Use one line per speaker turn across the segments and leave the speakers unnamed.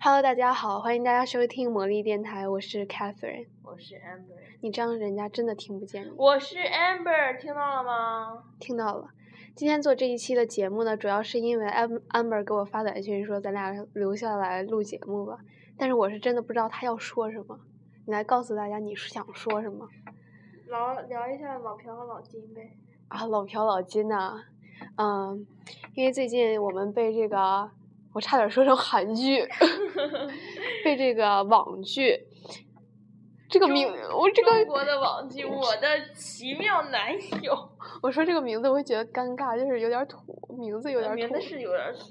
Hello，大家好，欢迎大家收听魔力电台，我是 Catherine。
我是 Amber，
你这样人家真的听不见你。
我是 Amber，听到了吗？
听到了。今天做这一期的节目呢，主要是因为 Am Amber 给我发短信说咱俩留下来录节目吧，但是我是真的不知道他要说什么。你来告诉大家你是想说什么
老聊一下老朴和老金呗。
啊？老朴老金呐、嗯，因为最近我们被这个，我差点说成韩 剧，被这个网剧，这个名我这个
中国的网剧，我的奇妙男友，
我说这个名字我会觉得尴尬，就是有点儿土，名字有点儿土。
呃名字是 有点儿土。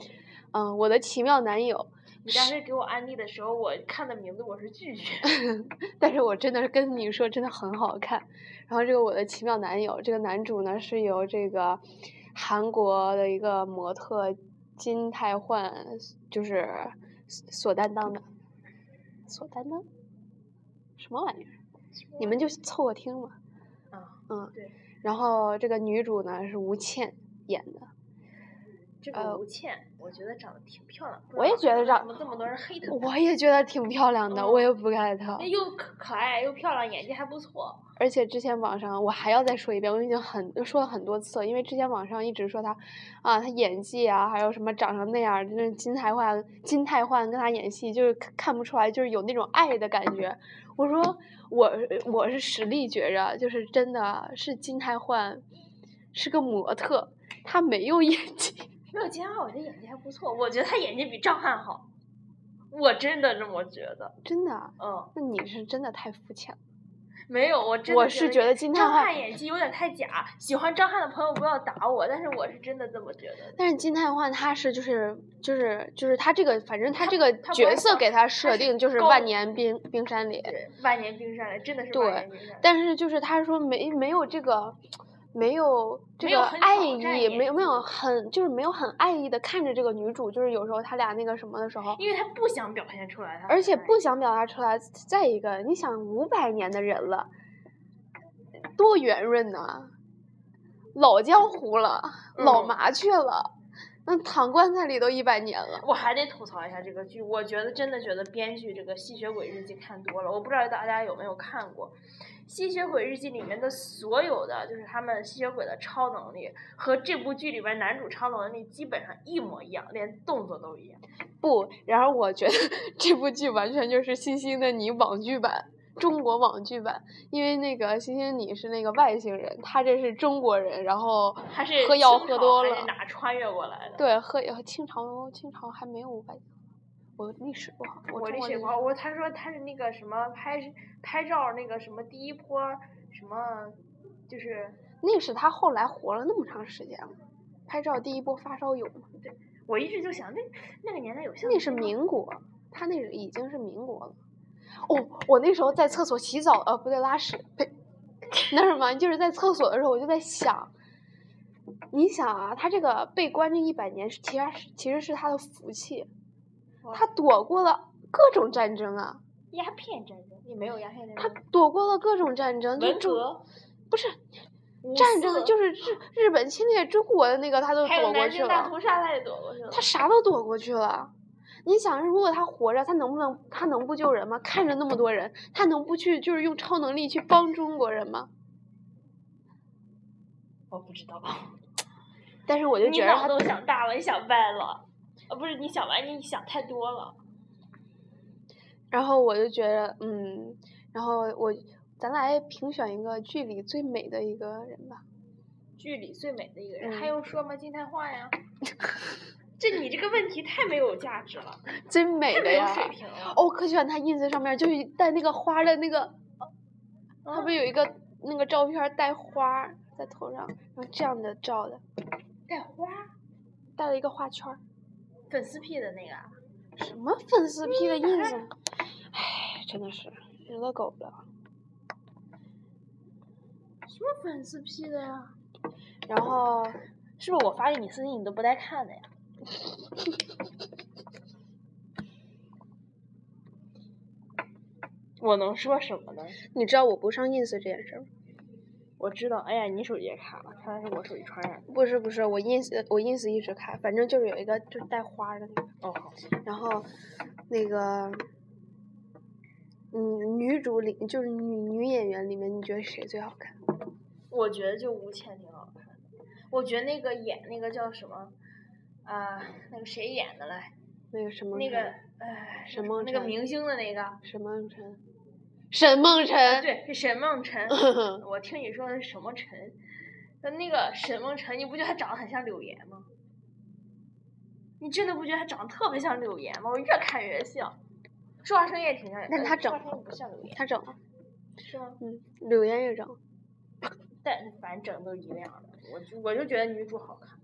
嗯，我的奇妙男友，
你当时给我安利的时候，我看的名字我是拒绝。
但是我真的是跟你说，真的很好看。然后这个我的奇妙男友，这个男主呢是由这个韩国的一个模特金泰焕就是所担当的，所担当什么玩意儿？你们就凑合听吧。
啊，
嗯，
对。
然后这个女主呢是吴倩演的，
这
呃
个吴倩，我觉得长得挺漂亮。不
我
知
也
道
觉得
为
长
什么这么多人黑她？
我也觉得挺漂亮的，我
哦
也不 get 她。
那又可可爱又漂亮，演技还不错。
而且之前网上我还要再说一遍，我已经很说了很多次了，因为之前网上一直说他，啊，他演技啊，还有什么长成那样儿，就是金泰焕，金泰焕跟他演戏就是看看不出来，就是有那种爱的感觉。我说我我是实力觉着，就是真的是金泰焕，是个模特，他没有 演技。
没有金浩，我觉得演技还不错。我觉得他演技比张翰好，我真的这么觉得。
真的，啊
嗯，
那你是真的太肤浅了。
没有，我真
我
的
是觉得金
张
泰
翰演技有点太假。喜欢张翰的朋友不要打我，但是我是真的这么觉得的。
但是金泰焕他是就是就是就是他这个，反正他这个
他不
角
是
色
小
给他
他
设
是
定就是
高
万年冰冰山脸，
对，万年冰山脸真的是
呃对
万年冰山脸。
但是就是他说没没有这个。没有这
没有
个
很
爱
挑
意，
战
没有
演
没有
技
很就是没有很爱意的看着这个女主，就是有时候他俩那个什么的时候，
因为他不想表现出来他，
而且不想表达出来。再一个，你想五百年的人了，多圆润呐、老江湖了，老
嗯
麻雀了，那躺棺材里都一百年了。
我还得吐槽一下这个剧，我觉得真的觉得编剧这个《吸血鬼日记》看多了，我不知道大家有没有看过，《吸血鬼日记》里面的所有的就是他们吸血鬼的超能力和这部剧里边男主超能力基本上一模一样，连动作都一样。
不，然而我觉得 这部剧完全就是《星星的你》网剧版，中国网剧版，因为那个《星星你》是那个外星人，他这是中国人，然后
还是
喝药
清
喝
朝
多
还是
了
哪穿越过来的？
对喝清朝清朝还没有五百，我历史不好，
我
中
历
国
史不好，我他说他是那个什么拍拍照那个什么第一波什么，就是
那是他后来活了那么长时间了。拍
哎
照第一波发烧友嘛，
我一直就想那那个年代有像
那是民国，他那是已经是民国了。哦，我那时候在厕所洗澡，呃，不对，拉屎，呸，那什么，就是在厕所的时候，我就在想，你想啊，他这个被关这一百年，是其实是其实是他的福气，他
他
躲过了各种战争啊，
鸦片战争，也没有鸦片战
他
争，
躲过了各种战争，就
文
中
革
不是
五
战争，
四
就是日日本侵略中国的那个，他都
还有
躲过
南
去
京大
了。
屠杀，他也躲过去了。
他啥都躲过去了。你想，如果他活着，他能不能他能不救人吗？看着那么多人，他能不去就是用超能力去帮中国人吗？
我不 知道，
但是我就
你
觉得
脑
他，
洞想大了，你想歪了，呃，不是你想歪，你想太多了。
然后我就觉得，嗯，然后我咱来评选一个剧里最美的一个人吧。
剧里最美的一个
嗯
人，还用说吗？金泰 焕呀，这你这个问题太没有价值了，
最美
太
的
没有
呀！
水平了。
哦，可喜欢他 ins 上面就是带那个花的那个，他
嗯
不是有一个那个照片儿带花儿在头上，然后这样的照的，
带花儿
带了一个花圈儿。
粉丝屁的那个啊，
什么粉
嗯
丝 P 的 ins？啊 唉，真的是人了狗了。
什么粉丝屁的啊呀？
然后
是不是我发给你私信你都不带看的呀？ 我能说什么呢？
你知道我不上 ins 这件事儿吗？
我知道，哎呀，你手机也卡了，看来是我手机传染的。
不是不是，我 ins 我 ins 一直开，反正就是有一个就是带花儿的那个。
哦，好
然后，那个，嗯，女主里就是女女演员里面，你觉得谁最好看？
我觉得就吴倩挺好看的，我觉得那个演那个叫什么啊、那个谁演的来？
那个什么？
那个哎，
沈梦
那个
辰
明星的那个，
沈梦辰，沈梦辰，。
啊对，是沈梦辰 我听你说的是沈梦辰，那那个沈梦辰，你不觉得他长得很像柳岩吗？你真的不觉得他长得特别像柳岩吗？我越看越像，说话声音也挺像。
但
呃
他
说
整
话声音不像柳岩，
他整了，
是吗？
嗯，柳岩也整了。
但反正整都一个样的，我就我就觉得女主好看，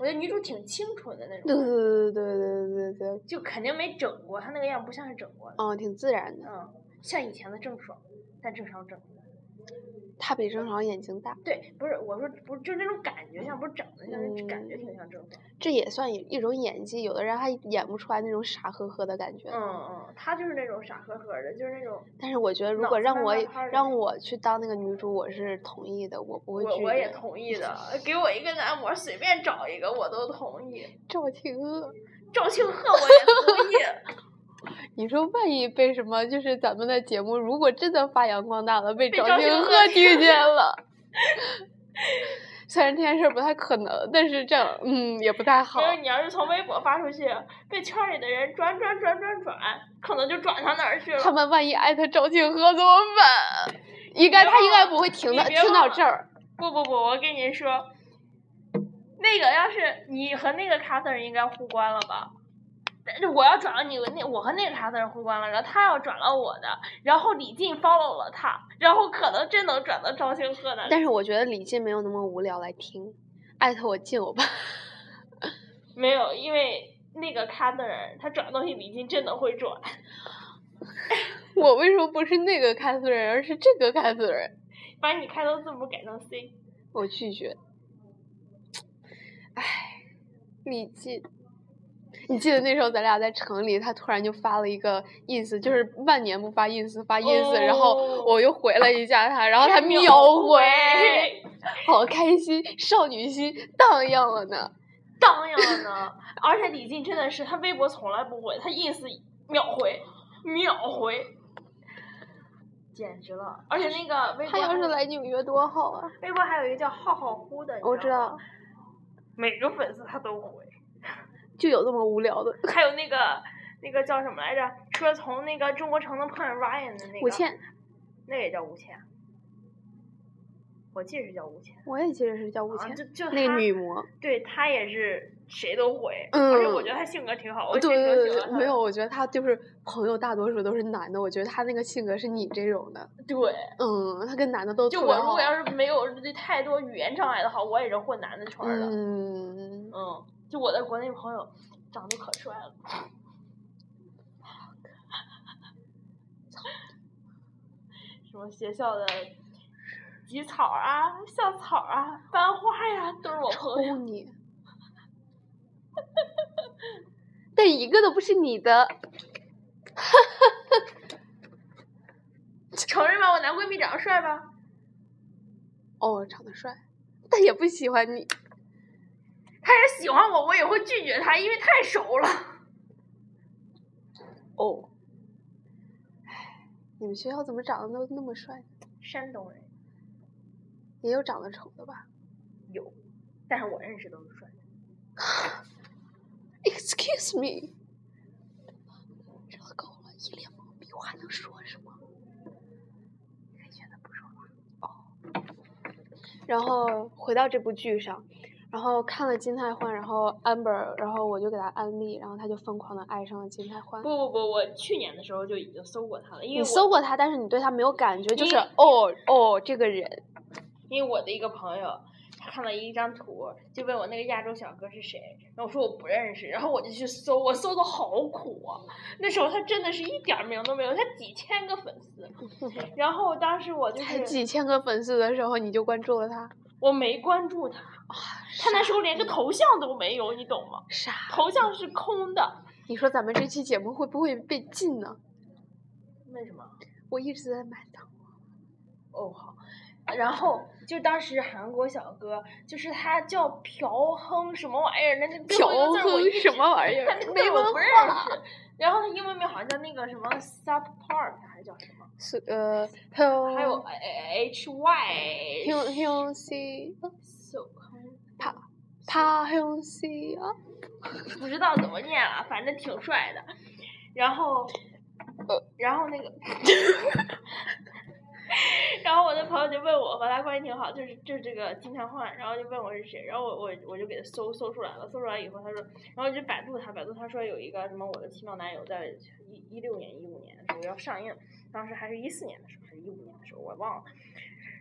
我觉得女主挺清纯的那
对
种，
对对对对对对对，
就肯定没整过，她那个样不像是整过的，
哦，挺自然的。
嗯，像以前的郑爽，但郑爽整的。
他比郑爽眼睛大，
对，不是我说，不是就是那种感觉像，不是长得像，就感觉
嗯
挺像郑爽。
这也算一一种演技。有的人还演不出来那种傻呵呵的感觉。
嗯嗯，她就是那种傻呵呵的，就是那种
但是我觉得，如
脑
果
子
让
慢
我
慢拍儿的那
让
种
我去当那个女主，我是同意的，我不会
我
拒
我也
绝
同意 的，给我一个男模随便找一个我都同意，
赵婷啊娥，
赵庆赫我也 同意，
你说万一被什么，就是咱们的节目如果真的发扬光大了，被
被
赵
赵
婷
静
娥
赫
听 见了，虽然这件事儿不太可能，但是这样嗯也不太好
没。有你要是从微博发出去，被圈里的人转转转转转，可能就转到哪儿去
他
了。
们万一艾特赵静和怎么办？啊应该
别
他应该
忘了
不会听
你
到
别
听到
忘了
这儿，
不不不，我跟你说，那个要是你和那个卡特尔应该互关了吧？但是我要转了你和那我和那个卡特尔互关了，然后他要转了我的，然后李静 follow 了他，然后可能真能转到赵庆赫那里。
但是我觉得李静没有那么无聊来听，艾特我静我吧。
没有，因为那个卡的人，他转东西李静真的会转，
我为什么不是那个 Catherine，而是这个 Catherine？
把你开头字母改成 C。
我拒绝。唉，李静，你记得那时候咱俩在城里，他突然就发了一个 ins，就是万年不发 ins，发 ins，、然后
哦
我又回了一下他，然后他秒回，好开心，少女心荡漾了呢。
荡漾了呢。而且李静真的是，他微博从来不回，他 ins 秒回，秒回，简直了！而且那个微博
他要
还
是
有
来纽约多好啊！
微博还有一个叫浩浩乎的，你
我知
道吗，
道，
每个粉丝他都回。
就有这么无聊的。
还有那个那个叫什么来着？说从那个中国城能碰上 Ryan 的那个
吴倩，
那也叫吴倩，我记得是叫吴倩。
我也记得是叫吴
啊
倩，
就就
那个
她
女模。
对她也是谁都回，
嗯
而且我觉得她性格挺好，我
对
挺
对
挺
对
喜欢她
对，
的
没有，我觉得他就是朋友大多数都是男的，我觉得他那个性格是你这种的，
对，
嗯，他跟男的都特
就
别
我如
好嗯
果，要是没有这太多语言障碍的话，我也是混男的圈儿的，嗯
嗯，
就我的国内朋友长得可帅了， 什么学校的菊草啊、校草啊、班花呀，都是我朋友
抽。你，但一个都不是你的，
承认吧，我男闺蜜长得帅吧？
哦，长得帅，但也不喜欢你，
他要喜欢我，我也会拒绝他，因为太熟了。
哦，唉，你们学校怎么长得都那么帅？
山东人
也有长得丑的吧
有，但是我认识都是帅的。
？Excuse me，这够了，一脸懵逼，我还能说什么？然后回到这部剧上，然后看了金泰焕，然后 Amber，然后我就给他安利，然后他就疯狂的爱上了金泰焕。
不不不，我去年的时候就已经搜过他了，因为
你
我
搜过他，但是你对他没有感觉，就是
因
哦哦这个人，
因为我的一个朋友，他看到一张图，就问我那个亚洲小哥是谁，然后我说我不认识，然后我就去搜，我搜的好苦啊，那时候他真的是一点儿名都没有，他几千个粉丝， 然后当时我就
才
是
几千个粉丝的时候你就关注了他，
我没关注他，
啊
他那时候连个头像都没有，你懂吗？
傻。
头像是空的，
你说咱们这期节目会不会被禁呢？
为什么？
我一直在买糖。
哦好，然后就当时韩国小哥，就是他叫朴亨什么玩意儿，那那最后一个字儿我
朴亨
一直
什么玩意儿
他那个
没
字儿我
文
不认
化
识，然后他英文名好像叫那个什么 subpar，还是叫什么？
是呃，还有
还有 H Y
h u n h u n c
so
帕帕 h u n c 啊，
不知道怎么念了，反正挺帅的。然后，呃，然后那个，然后我的朋友就问我和他关系挺好，就是就是这个金太焕，然后就问我是谁，然后我我我就给他搜搜出来了，搜出来以后他说，然后就百度他，百度他说有一个什么我的奇妙男友在一一六年一五年的时候要上映，当时还是一四年的时候还是一五年的时候我忘了。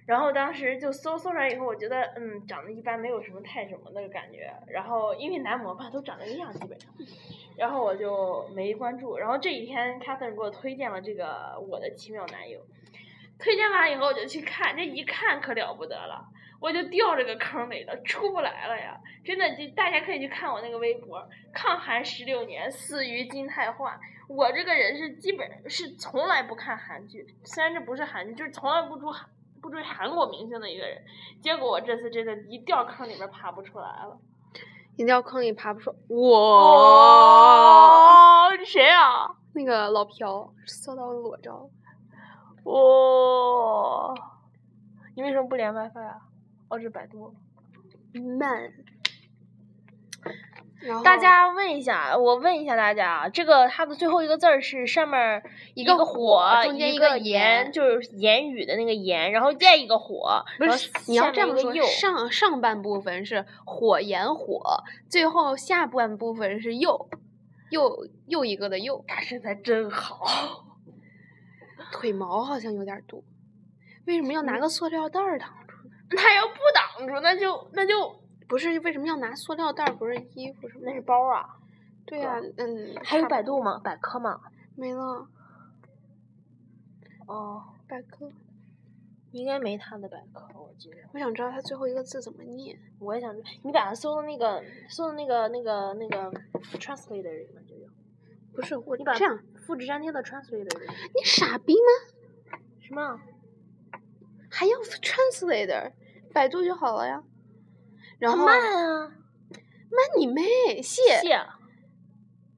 然后当时就搜搜出来以后，我觉得嗯长得一般，没有什么太什么的感觉。然后因为男模吧都长得一样基本上，然后我就没关注。然后这几天 Catherine 给我推荐了这个《我的奇妙男友》，推荐完以后我就去看，这一看可了不得了，我就掉这个坑里了，出不来了呀！真的，就大家可以去看我那个微博，抗韩十六年，死于金泰焕。我这个人是基本是从来不看韩剧，虽然这不是韩剧，就是从来不追韩不追韩国明星的一个人。结果我这次真的一掉坑里面爬不出来了。
你掉坑里爬不出。哇，
哦，谁啊？
那个老朴搜到了裸照，
哦，你为什么不连 WiFi 啊？哦，这是百度。
慢。然后
大家问一下，我问一下大家啊，这个它的最后一个字儿是上面儿一
个
火
火，中间
一
一个
个
言
就是言语的那个言，然后再一个火，
不
然后
是你要
下
这样
面一个
说，
又
上上半部分是火炎火，最后下半部分是又又又一个的又。
他身材真好。
腿毛好像有点多，为什么要拿个塑料袋儿挡住？
他要不挡住，那就那就
不是为什么要拿塑料袋儿？不是衣服什么
那
的？
是包啊。
对呀、嗯，
还有
差
百度吗？百科吗？
没了，
哦，
百科。
应该没他的百科，我记得。
我想知道它最后一个字怎么念。
我也想知，你把它搜到那个搜到那个那个那个 translator 里面就有。
不是我
你把
这样，
复制粘贴到 translator 里面。
你傻逼吗？
什么？啊
还要 translator，百度就好了呀。然
它
后
慢啊！
慢你妹，谢
谢。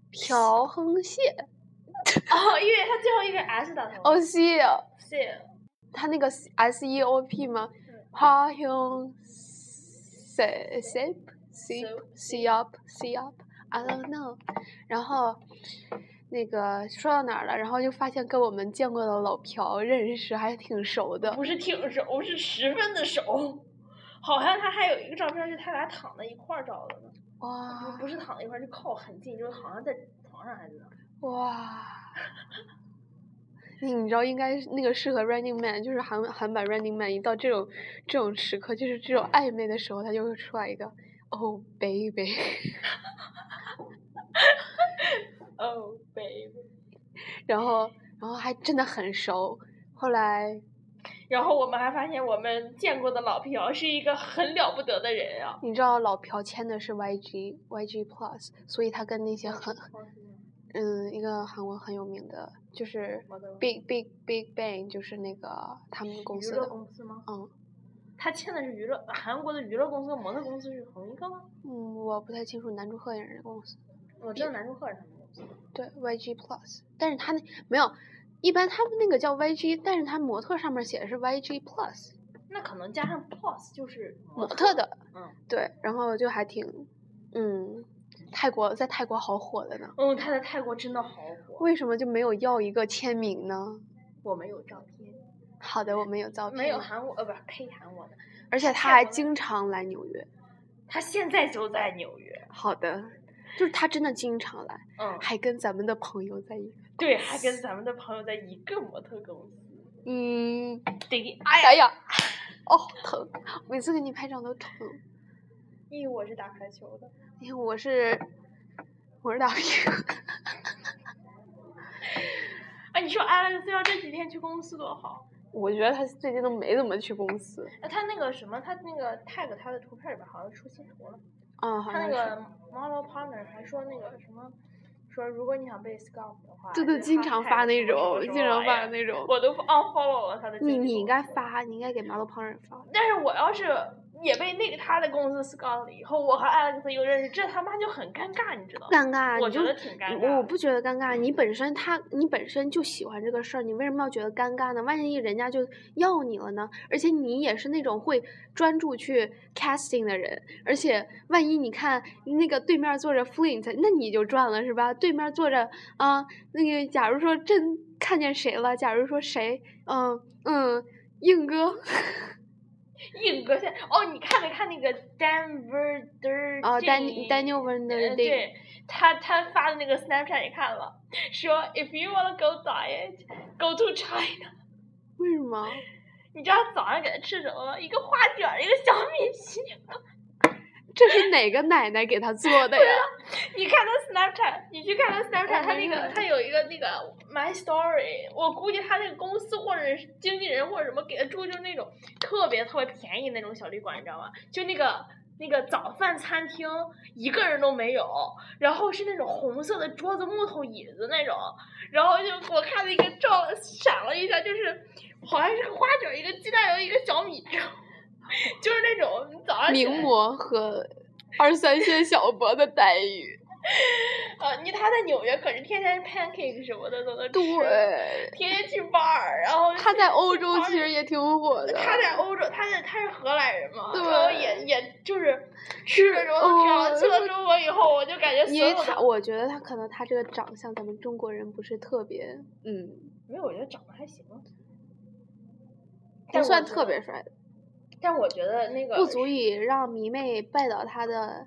朴亨谢
哦，因为它最后一个 s 打头。
哦谢，
谢。
他那个 S E O P 吗
嗯
？Pa Hyung Se Sep Sep s e p s e p I don't know。然后那个说到哪儿了？然后就发现跟我们见过的老朴认识还挺熟的
不。是挺熟，是十分的熟。好像他还有一个照片是他俩躺在一块儿照的呢，不
哇
不是躺在一块儿，是靠很近，就是好像在床上还是哪儿。
哇！你知道应该是那个适合 Running Man，就是韩韩版 Running Man，一到这种这种时刻，就是这种暧昧的时候，他就会出来一个 Oh baby。
Oh baby。
然后然后还真的很熟。后来
然后我们还发现我们见过的老朴是一个很了不得的人啊。
你知道老朴签的是 YG YG Plus，所以他跟那些很 嗯一个韩国很有名的，就是
我的
Big Big Big Bang，就是那个他们公
娱
司
乐
的，
公司吗？哦
嗯
他签的是娱乐韩国的娱乐公司和模特公司是同一个吗？
嗯，我不太清楚男主合影人的公司，
我知道男主赫是他们公司。
对 YG Plus，但是他那没有。一般他们那个叫 YG，但是他模特上面写的是 YG Plus
那可能加上 pose 就是
模特的，
嗯
对，然后就还挺，嗯，泰国在泰国好火的呢。
嗯，他在泰国真的好火。
为什么就没有要一个签名呢？
我没有照片，
好的，我们有照片，
没有，韩国呃不是呸韩国的，
而且他
泰
还
国的
经常来纽约。
他现在就在纽约。
好的，就是他真的经常来，
嗯，
还跟咱们的朋友在一起。
对，还跟咱们的朋友在一个模特公司。
嗯，
对，
哎呀， 哦，疼！每次给你拍照都疼。
因为我是打排球的。
因为我是我是打屁股，
哎，你说 Alex 要这几天去公司多好。
我觉得他最近都没怎么去公司。
哎，他那个什么，他那个 tag 他的图片里边好像出新图了。
啊、好
他那
像是。
个 model partner 还说那个什么，说如果你想被 scout 的话，
对
对
对，，经常发那种，经常发
那。
那种。
我都 unfollow 哦了他的。
你你应该。发，你应该给马路旁人发。
但是我要是也被那个他的公司 scout 了以后，我和 Alex 又认识，这他妈就很尴尬，你知道吗？
尴尬，啊
我
你
觉
就
得挺尴
我我
尬的。嗯
不觉得尴尬，你本身他你本身就喜欢这个事儿，你为什么要觉得尴尬呢？万一人家就要你了呢？而且你也是那种会专注去 casting 的人，而且万一你看那个对面坐着 Flint，那你就赚了是吧？对面坐着啊、那个假如说真看见谁了，假如说谁，嗯嗯，硬哥
硬哥现在哦，你看没看那个 Denver Dirty？
啊，丹尼丹尼尔文的
呃，
那
对他他发的那个 Snapchat 也看了，说 If you wanna go diet, go to China。
为什么？
你知道他早上给他吃什么吗？一个花卷儿，一个小米稀。
这是哪个奶奶给他做的呀？
你看他 Snapchat，你去看他 Snapchat，他那
哎没
个
有
他有一个那个 My Story，我估计他那个公司或者是经纪人或者什么给他住就是那种特别特别便宜那种小旅馆，你知道吗？就那个那个早饭餐厅一个人都没有，然后是那种红色的桌子、木头椅子那种，然后就我看了一个照闪了一下，就是好像是个花卷儿，一个鸡蛋油，一个小米粥，就是那种你早上起来
名模和二三线小博的待遇。
啊，你他在纽约可是天天 pancake 什么的都能吃，
对，
天天去 bar，然后
他在欧
去
洲
bar
其实也挺火的。
他在欧洲，他在他是荷兰人嘛，
对
然后也也就是吃了什么都吃
哦
了，去了中国以后我就感觉所
因为
有
他，
的
我觉得他可能他这个长相，咱们中国人不是特别，嗯，
没有，我觉得长得还行，
不
但
算
我觉
特
得，
别帅，
但我觉得那个
不足以让迷妹拜倒他的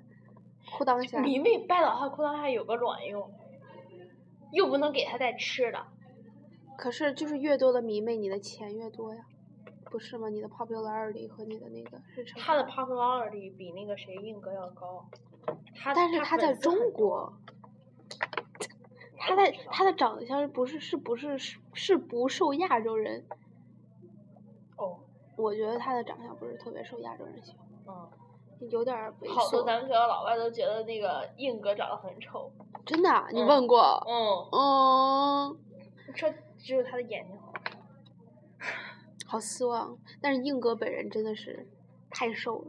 裤裆下。
迷妹掰倒他裤裆还有个卵用，又不能给他带吃的，
可是就是越多的迷妹，你的钱越多呀，不是吗？你的 popularity 和你的那个是成
他的
正比，
popularity 比那个谁硬哥要高，他
但是他
粉
在
丝
中
很多
国。他的他的长相不是是不是是是不受亚洲人，
哦，
我觉得他的长相不是特别受亚洲人喜欢，
嗯，
有点儿猥
好多
琐。
咱们学校老外都觉得那个硬哥长得很丑。
真的啊，你
嗯
问过？
嗯，
嗯，
说只有他的眼睛好看。
好失望。但是硬哥本人真的是太瘦了，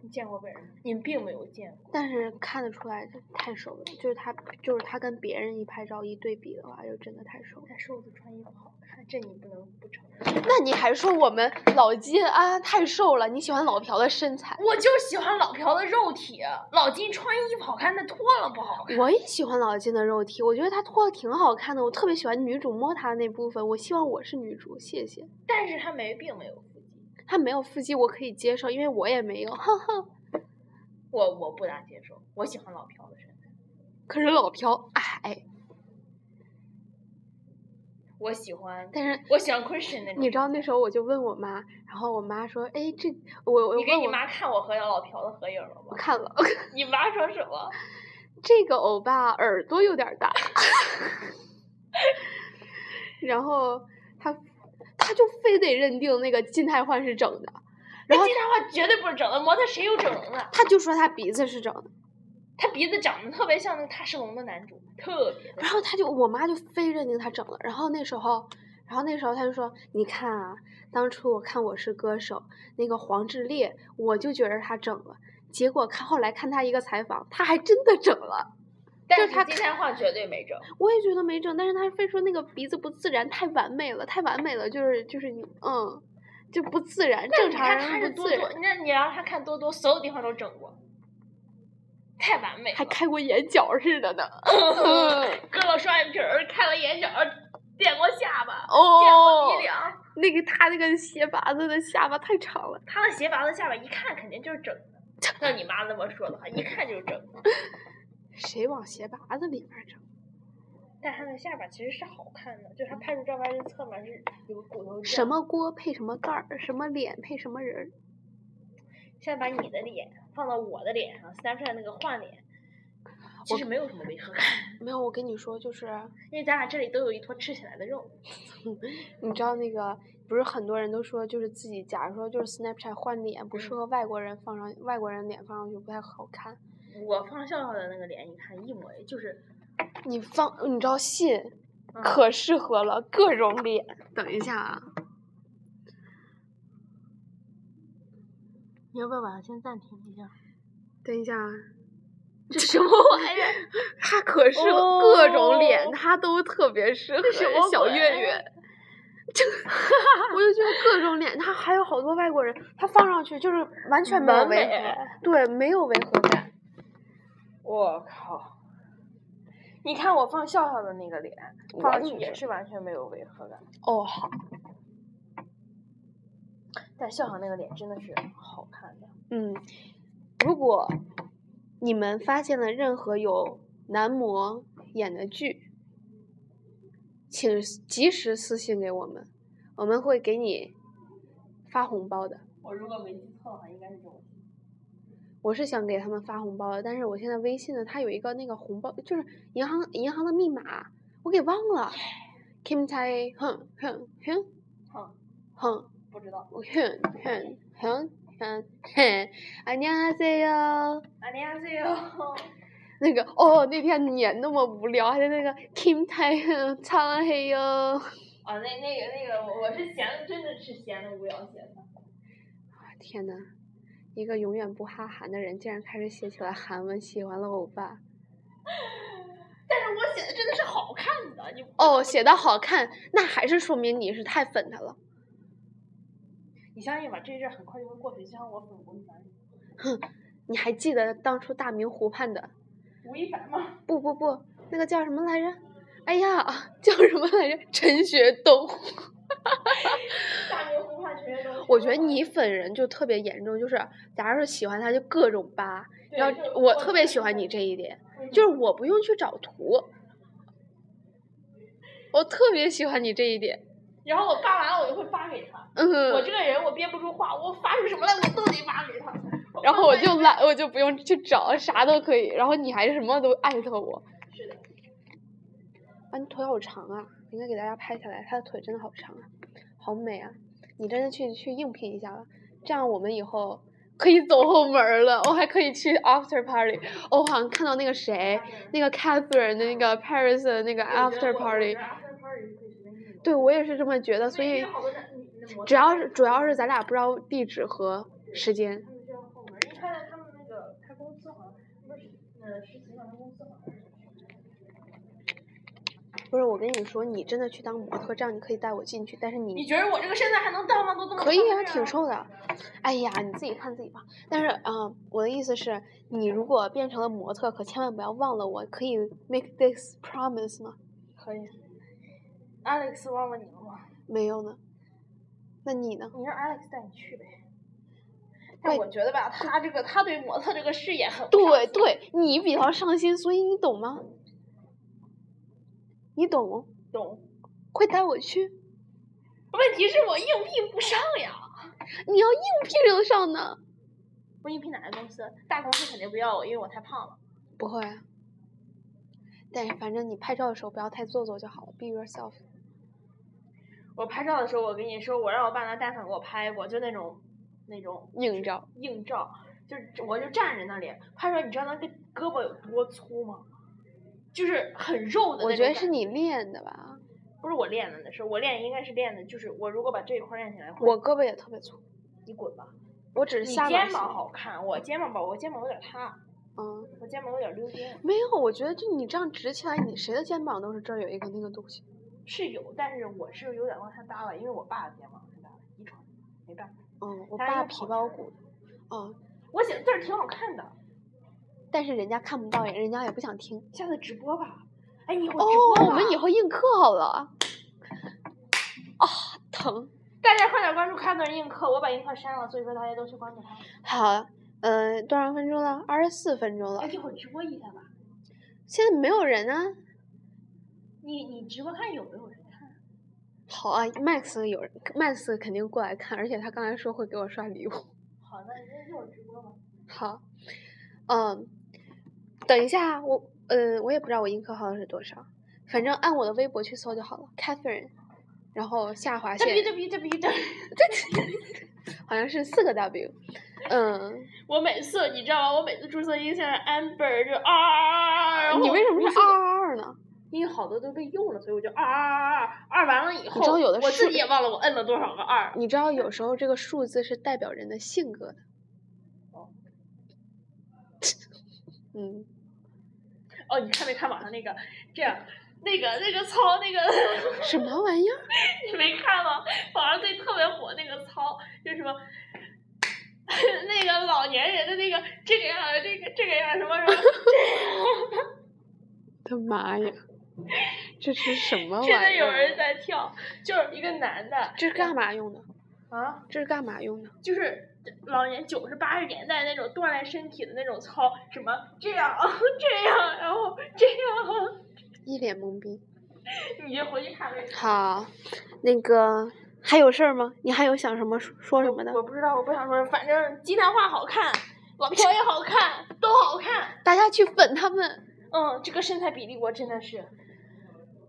你见过本人吗？你并没有见过。
但是看得出来他太瘦了，就是他就是他跟别人一拍照一对比的话，就真的太瘦了。
但瘦子穿衣服好看，这你不能不承认。
那你还说我们老金啊太瘦了？你喜欢老朴的身材？
我就喜欢老朴的肉体，老金穿衣服好看，但脱了不好看。
我也喜欢老金的肉体，我觉得他脱的挺好看的，我特别喜欢女主摸他的那部分。我希望我是女主，谢谢。
但是他没，并没有腹肌，
他没有腹肌我可以接受，因为我也没有，哈哈。
我我不大接受。我喜欢老朴的身材，
可是老哎朴矮，
我喜欢，
但是
我喜欢 Christian 那种。
你知道那时候我就问我妈，然后我妈说：“哎，这我我
你给
问
你
我
妈看我和老朴的合影了
我
吗？
看了，
你妈说什么？
这个欧巴耳朵有点大。” 然后他他就非得认定那个金泰焕是整的，然
那
后
金大话绝对不是整的，模特谁有整容的？
他就说他鼻子是整的。
他鼻子长得特别像那个《他是龙》的男主，特别的
然后他就，我妈就非认定他整了。然后那时候，然后那时候他就说：“你看啊，当初我看《我是歌手》那个黄致列，我就觉得他整了。结果看后来看他一个采访，他还真的整了。
但
就是
是
他
金泰焕绝对没整。
我也觉得没整，但是他非说那个鼻子不自然，太完美了，太完美了，就是就是你嗯，就不自然，正常
但你看他
人
是
不
多
自
多
然。，
那你让他看多多，所有地方都整过，太完美了。
还开过眼角似 的呢。
嗯
嗯
割了双眼皮儿，开了眼角，垫过下巴，垫
哦
过鼻，梁。
那个他那个斜拔子的下巴太长了。
他的斜拔子下巴一看肯定就是整 的。那你妈那么说的话，一看就是整的。
谁往斜拔子里面整？
但他的下巴其实是好看的，就是他拍出照片的侧面是有个骨头。
什？么锅配什么盖儿，什么脸配什么人儿。
现在把你的脸放到我的脸上，Snapchat 那个换脸，其实没有什么违和感。
没有，我跟你说，就是
因为咱俩这里都有一坨吃起来的肉。
你知道那个，不是很多人都说，就是自己假如说就是 Snapchat 换脸不适
嗯
合外国人放上，外国人脸放上去不太好看。
我放笑笑的那个脸，你看一模一，就是
你放，你知道信
嗯
可适合了，各种脸。等一下啊，
你要不要把它先暂停一下？
等一下啊，
这什么玩
哎
意儿？
他可是各种脸，
哦
他都特别适合
什么
小
鬼
岳岳。就我就觉得各种脸，他还有好多外国人，他放上去就是嗯完全没有
完
违
美
和，对，没有违和感。
我靠！你看我放笑笑的那个脸，
我
放上去
就
也
是
是完全没有违和感，
哦，好，
但笑笑那个脸真的是好看的。
嗯，如果你们发现了任何有男模演的剧，请及时私信给我们，我们会给你发红包的。
我如果没记错的话，应该是这种。
我是想给他们发红包的，但是我现在微信呢，它有一个那个红包，就是银行银行的密码，我给忘了。Kim Tai 哼哼哼
哼，
哼
不知道。
哼哼哼哼哼， 啊안녕하세요。
안녕하세요。
那个哦，那天你也那么无聊，还在那个 Kim Tai 哼苍黑哦哟。
啊，那那个那个，我我是闲的，真的是闲的无聊写的。
天呐，一个永远不哈韩的人，竟然开始写起了韩文，喜欢了欧巴。
但是我写的真的是好看的，你
哦，写的好看，那还是说明你是太粉他了。
你相信吧，这一阵儿很快就会过去，就像我粉吴亦凡，
你还记得当初大明湖畔的？
吴亦凡吗？
不不不，那个叫什么来着？哎呀，叫什么来着？陈学冬。
大明湖畔陈学冬。
我觉得你粉人就特别严重，就是假如说喜欢他就各种扒，
对，
然后
就是嗯
我特别喜欢你这一点，就是我不用去找图，我特别喜欢你这一点。
然后我发完了，我就会发给他。我
嗯，
这个人我憋不住话，我发出什么来我都得发给他。
然后我
发
就
给
懒，我就不用去找，啥都可以。然后你还什么都艾特我。
他是的，
啊，你腿好长啊！我应该给大家拍下来，她的腿真的好长啊，好美啊！你真的去去应聘一下吧，这样我们以后可以走后门儿了，我还可以去 after party。哦，我好像看到那个谁，那个 Catherine 的那个 Paris 的那个
我觉得
after
我
party，
我觉得啊 after party 可以随便用的
对我也是这么觉得，所
因为
以
有好多男女的模
只
特
要是主要是咱俩不知道地址和时间，
他们就要后门，因为他在他们那个他公司好像不是呃实习嘛，他公司好像是
不是我跟你说，你真的去当模特，这样你可以带我进去，但是你
你觉得我这个身材还能当吗？都这么
可以啊，
胖
挺。瘦的。哎呀，你自己看自己吧。但是，嗯、我的意思是，你如果变成了模特，可千万不要忘了我，可以 make this promise 吗？
可以。Alex 忘了你了吗？
没有呢。那你呢？
你让 Alex 带你去呗。
怪
但我觉得吧，他这个他对模特这个事业很不上
对
心，
对，你比较上心，所以你懂吗？你懂？哦
懂。
快带我去！
问题是我应聘不上呀。
你要应聘就上呢？
我应聘哪个公司？大公司肯定不要我，因为我太胖了。
不会啊。但是反正你拍照的时候不要太做作就好了，be yourself。
我拍照的时候，我跟你说，我让我爸拿单反给我拍过，就那种那种
硬照。
硬照，就是我就站人那里拍出来，你知道那个胳膊有多粗吗？就是很肉的那种
我觉得
感
是你练的吧，
不是我练的，那是我练应该是练的，就是我如果把这一块儿练起来，会
我胳膊也特别粗，
你滚吧。
我只
你
是下
肩
巴
膀
粗
好看，我肩膀吧，我肩膀有点塌，
嗯。
我肩膀有点溜肩，
没有，我觉得就你这样直起来，你谁的肩膀都是这儿有一个那个东西。
是有，但是我是有点往下耷了，因为我爸的肩膀往下耷了，遗传，没办法。
嗯，我
当
爸
然
皮
好
包
看
骨，嗯，
我写的字儿挺好看的，
但是人家看不到呀，人家也不想听。
下次直播吧。哎，你以后
哦
直播，吧
我们以后映客好了。啊，疼。
大家快点关注开个人映客，我把映客删了，所以说大家都去关注他。
好，嗯，多少分钟了？二十四分钟了
哎，。一会儿直播一下吧。
现在没有人啊。
你你直播看有没有人看？
好啊，Max 有人，Max 肯定过来看，而且他刚才说会给我刷礼物。
好，那那一会儿直播吧。
好，嗯，等一下啊，我呃，我也不知道我映客号是多少，反正按我的微博去搜就好了，Catherine，然后下划
对
线
对对对对。
好像是四个 W，嗯，
我每次你知道吗？我每次注册一个现在 amber 就啊啊啊啊！
你为什么是
啊？
二二二呢？
因为好多都被用了，所以我就二二二二二完了以后，
你知道有的
我
是
自己也忘了我摁了多少个二。
你知道有时候这个数字是代表人的性格的，嗯，
哦，你看没看网上那个这样？那个那个操那个
什么玩意儿？
你没看吗？网上最特别火那个操，就是什么那个老年人的那个这个样儿这个这个样儿什么什 么
他妈呀，这是什么玩意
真
儿？啊
的有人在跳，就是一个男的
这是干嘛用的？
啊，
这是干嘛用的？
就是老年九十八十年代那种锻炼身体的那种操，什么这样 这样，然后这样，
一脸懵逼。
你就回去看那个。
好，那个还有事儿吗？你还有想什么说说什么的？
我不知道，我不想说，反正鸡蛋画好看，老飘也好看，都好看。
大家去粉他们。
嗯，这个身材比例我真的是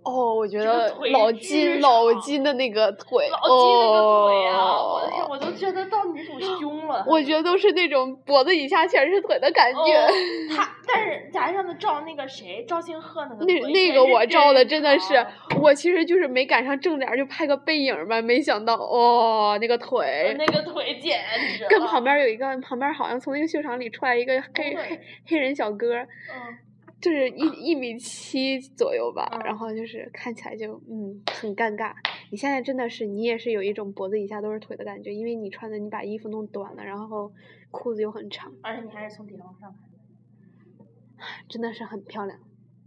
哦，我觉
这个
得
腿
老
巨
金老
长
金的那个腿，
老鸡那个腿啊！我的天，
哦、
我都觉得到女主胸了。
我觉得都是那种脖子以下全是腿的感觉。
哦，他但是咱上次照那个谁，赵庆贺那个
那
腿
那
也
个
是啊
我照的真的是
长，
我其实就是没赶上正脸儿，就拍个背影儿吧，没想到哦，那个腿。
那个腿简直
跟
了
旁边有一个，旁边好像从那个秀场里出来一个黑
对
黑黑人小哥儿，
嗯
就是一一米七左右吧，
嗯
然后就是看起来就嗯很尴尬。你现在真的是你也是有一种脖子以下都是腿的感觉，因为你穿的你把衣服弄短了，然后裤子又很长，
而且你还是从底往上看，
真的是很漂亮。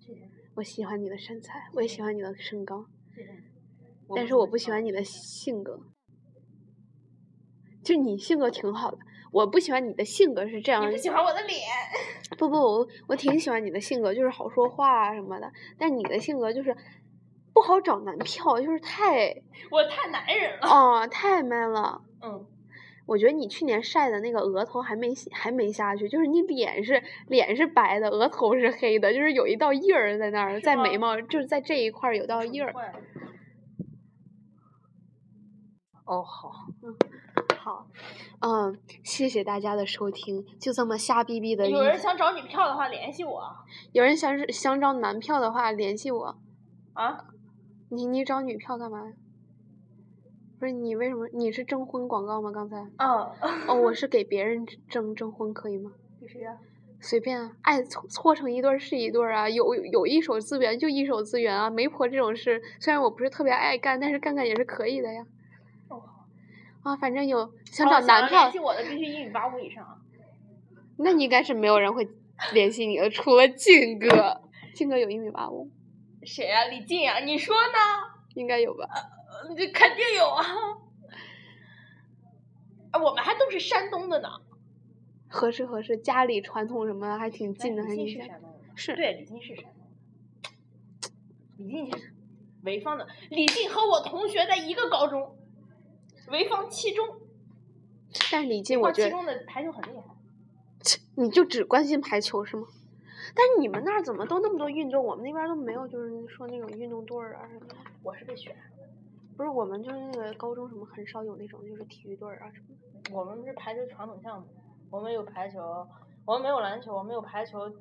这人
我喜欢你的身材，我也喜欢你的身高，
这人，
但是我不喜
知道
欢你的性格。就你性格挺好的，我不喜欢你的性格是这样
你不喜欢我的脸，
不不，我我挺喜欢你的性格，就是好说话啊什么的。但你的性格就是不好找男票，就是太
我太男人了。
啊、太 man 了。
嗯，
我觉得你去年晒的那个额头还没还没下去，就是你脸是脸是白的，额头是黑的，就是有一道印儿在那儿，
是
在眉
吗
毛就是在这一块儿有道印儿。
坏。哦，好，
好，嗯，谢谢大家的收听，就这么瞎逼逼的一
有人想找女票的话联系我
有人想是想找男票的话联系我。
啊！
你你找女票干嘛呀？不是你为什么你是征婚广告吗？刚才
嗯，
哦，我是给别人征征婚可以吗？
给谁呀？
随便啊，爱搓搓成一对儿是一对儿啊，有有一手资源就一手资源啊，媒婆这种事虽然我不是特别爱干，但是干干也是可以的呀。
哦
啊，反正有想
哦
找男
要
票，
联系我的必须一米八五以上。
那你应该是没有人会联系你的，除了靖哥，靖哥有一米八五，
谁呀、李静呀、你说呢？
应该有吧？
嗯这肯定有啊。啊我们还都是山东的呢。
合适合适，家里传统什么的还挺近的，
哎
还
李
挺
静
近
是。山东 人吗？
是
对，李静是山东人。李静是潍坊的，李静和我同学在一个高中，潍坊七中。
但李
潍
静，我
坊
觉得
七中的排球很厉害。
你就只关心排球是吗？但是你们那儿怎么都那么多运动？我们那边儿都没有，就是说那种运动队儿啊什么的。
我是被选上
不是，我们就是那个高中什么很少有那种就是体育队儿啊什么的。
的。我们是排球传统项目，我们有排球，我们没有篮球，我们有排球、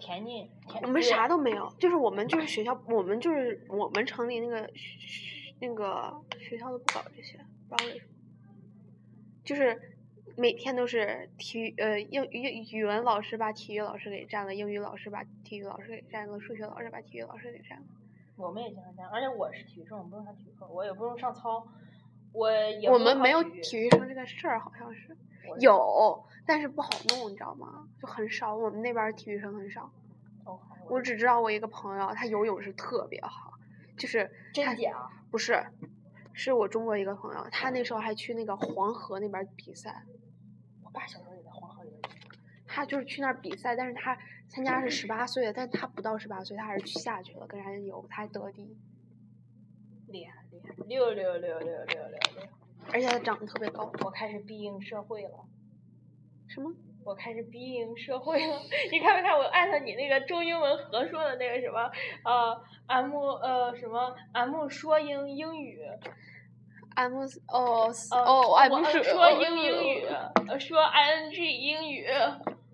田径。田
我们
不是
啥都没有，就是我们就是学校，我们就是我们城里那个学那个学校都不搞这些，不知道为什么。就是每天都是体育呃英语语文老师把体育老师给占了，英语老师把体育老师给占了，数学老师把体育老师给占了。
我们也经常这样，而且我是体育生，我不用上体育课，我也不用上操，我也
我
不
们
上
没有
育
体育生这个事儿，好像是
我是
有，但是不好弄，你知道吗？就很少，我们那边儿体育生很少。
哦好我
我只知道我一个朋友，他游泳是特别好，就是他
真假？啊
不是，是我中国一个朋友，他那时候还去那个黄河那边儿比赛，
我爸小时候也在黄河里面。
他就是去那儿比赛，但是他参加是十八岁的，但他不到十八岁，他还是去下去了，跟人家游，他还得第一，
厉害厉害，六六六六六六六！
而且他长得特别高。
我开始逼应社会了，
什么？
我开始逼应社会了。 你看没看我艾特你那个中英文合说的那个什么呃俺木呃什么俺木说英英语，
俺不是哦是
呃、
哦，俺不
我
是
说英英语，呃说 ing 英语，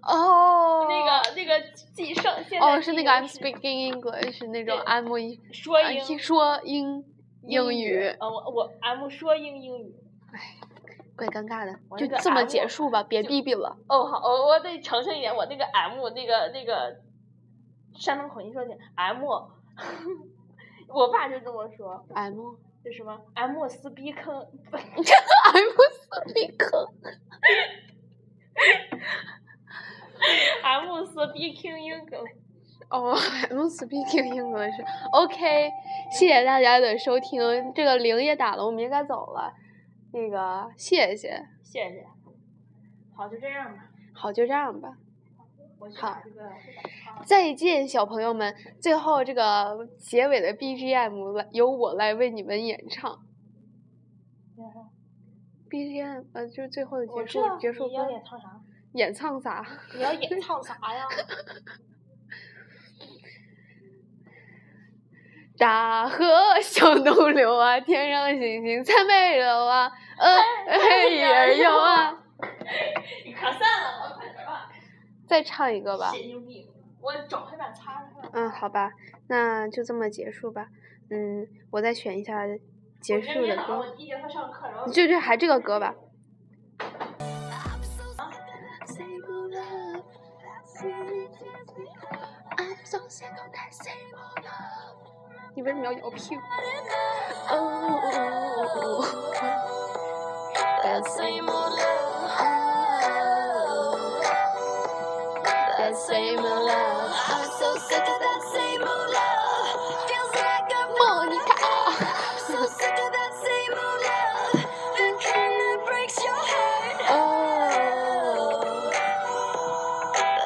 哦，
那个那个既上现在
哦是
既
那个
流
I'm
行
speaking English 那种
对
I'm 一
说
啊一
英
说英英语
呃我我俺木说英英语，
怪尴尬的，
我
就
那个
这么
M
结束吧，别
就
逼逼了。
哦，好，我我得澄清一点，我那个 M 那个那个山东口音说的 M，我爸就这么说，
M
就什么 M 撕逼坑，
M 四逼坑，
M 撕逼坑英梗。
哦、m speaking English。OK，谢谢大家的收听，这个铃也打了，我们也该走了。那个，谢谢。
谢谢。好，就这样吧。
好，就这样吧。
我去
好
把这个
再见，小朋友们！最后这个结尾的 BGM 来由我来为你们演唱。BGM 呃，就是最后的
我
结
知
束
道
结束
你要
歌，
演唱啥？
演唱啥？
你要演唱啥 呀？
大河向东流啊，天上星星参北流啊，呃，嘿儿游 啊。
你可散了，我快点吧。
再唱一个吧。
神经病！我找黑板擦擦。
嗯，好吧，那就这么结束吧。嗯，我再选一下结
我觉得
束
别
的
打
歌，
啊我弟弟他上课，然后
就就还这个歌吧。你为什么要摇屁股？
That same old love. That same old love.
啊
I'm so sick of that same old love. Feels like I'm Monica. I'm so sick of that same old love. The kind that breaks your heart. Oh.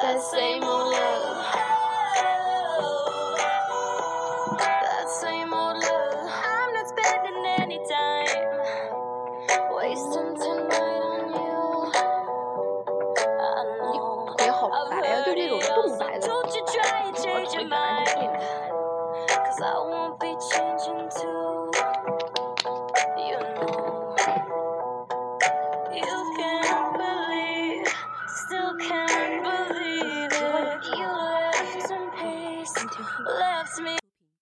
That same old love. That same old love. I'm not spending any time. Wasting tonight on you. I know.
也好
I've
白呀，就
heard
这种
it
动
all, so
白的。
Don't you try and
我
change
最
your
喜欢
mind.
这个。
Cause I won't be changing too. You know. You can't believe, still can't believe it. You left in peace, left me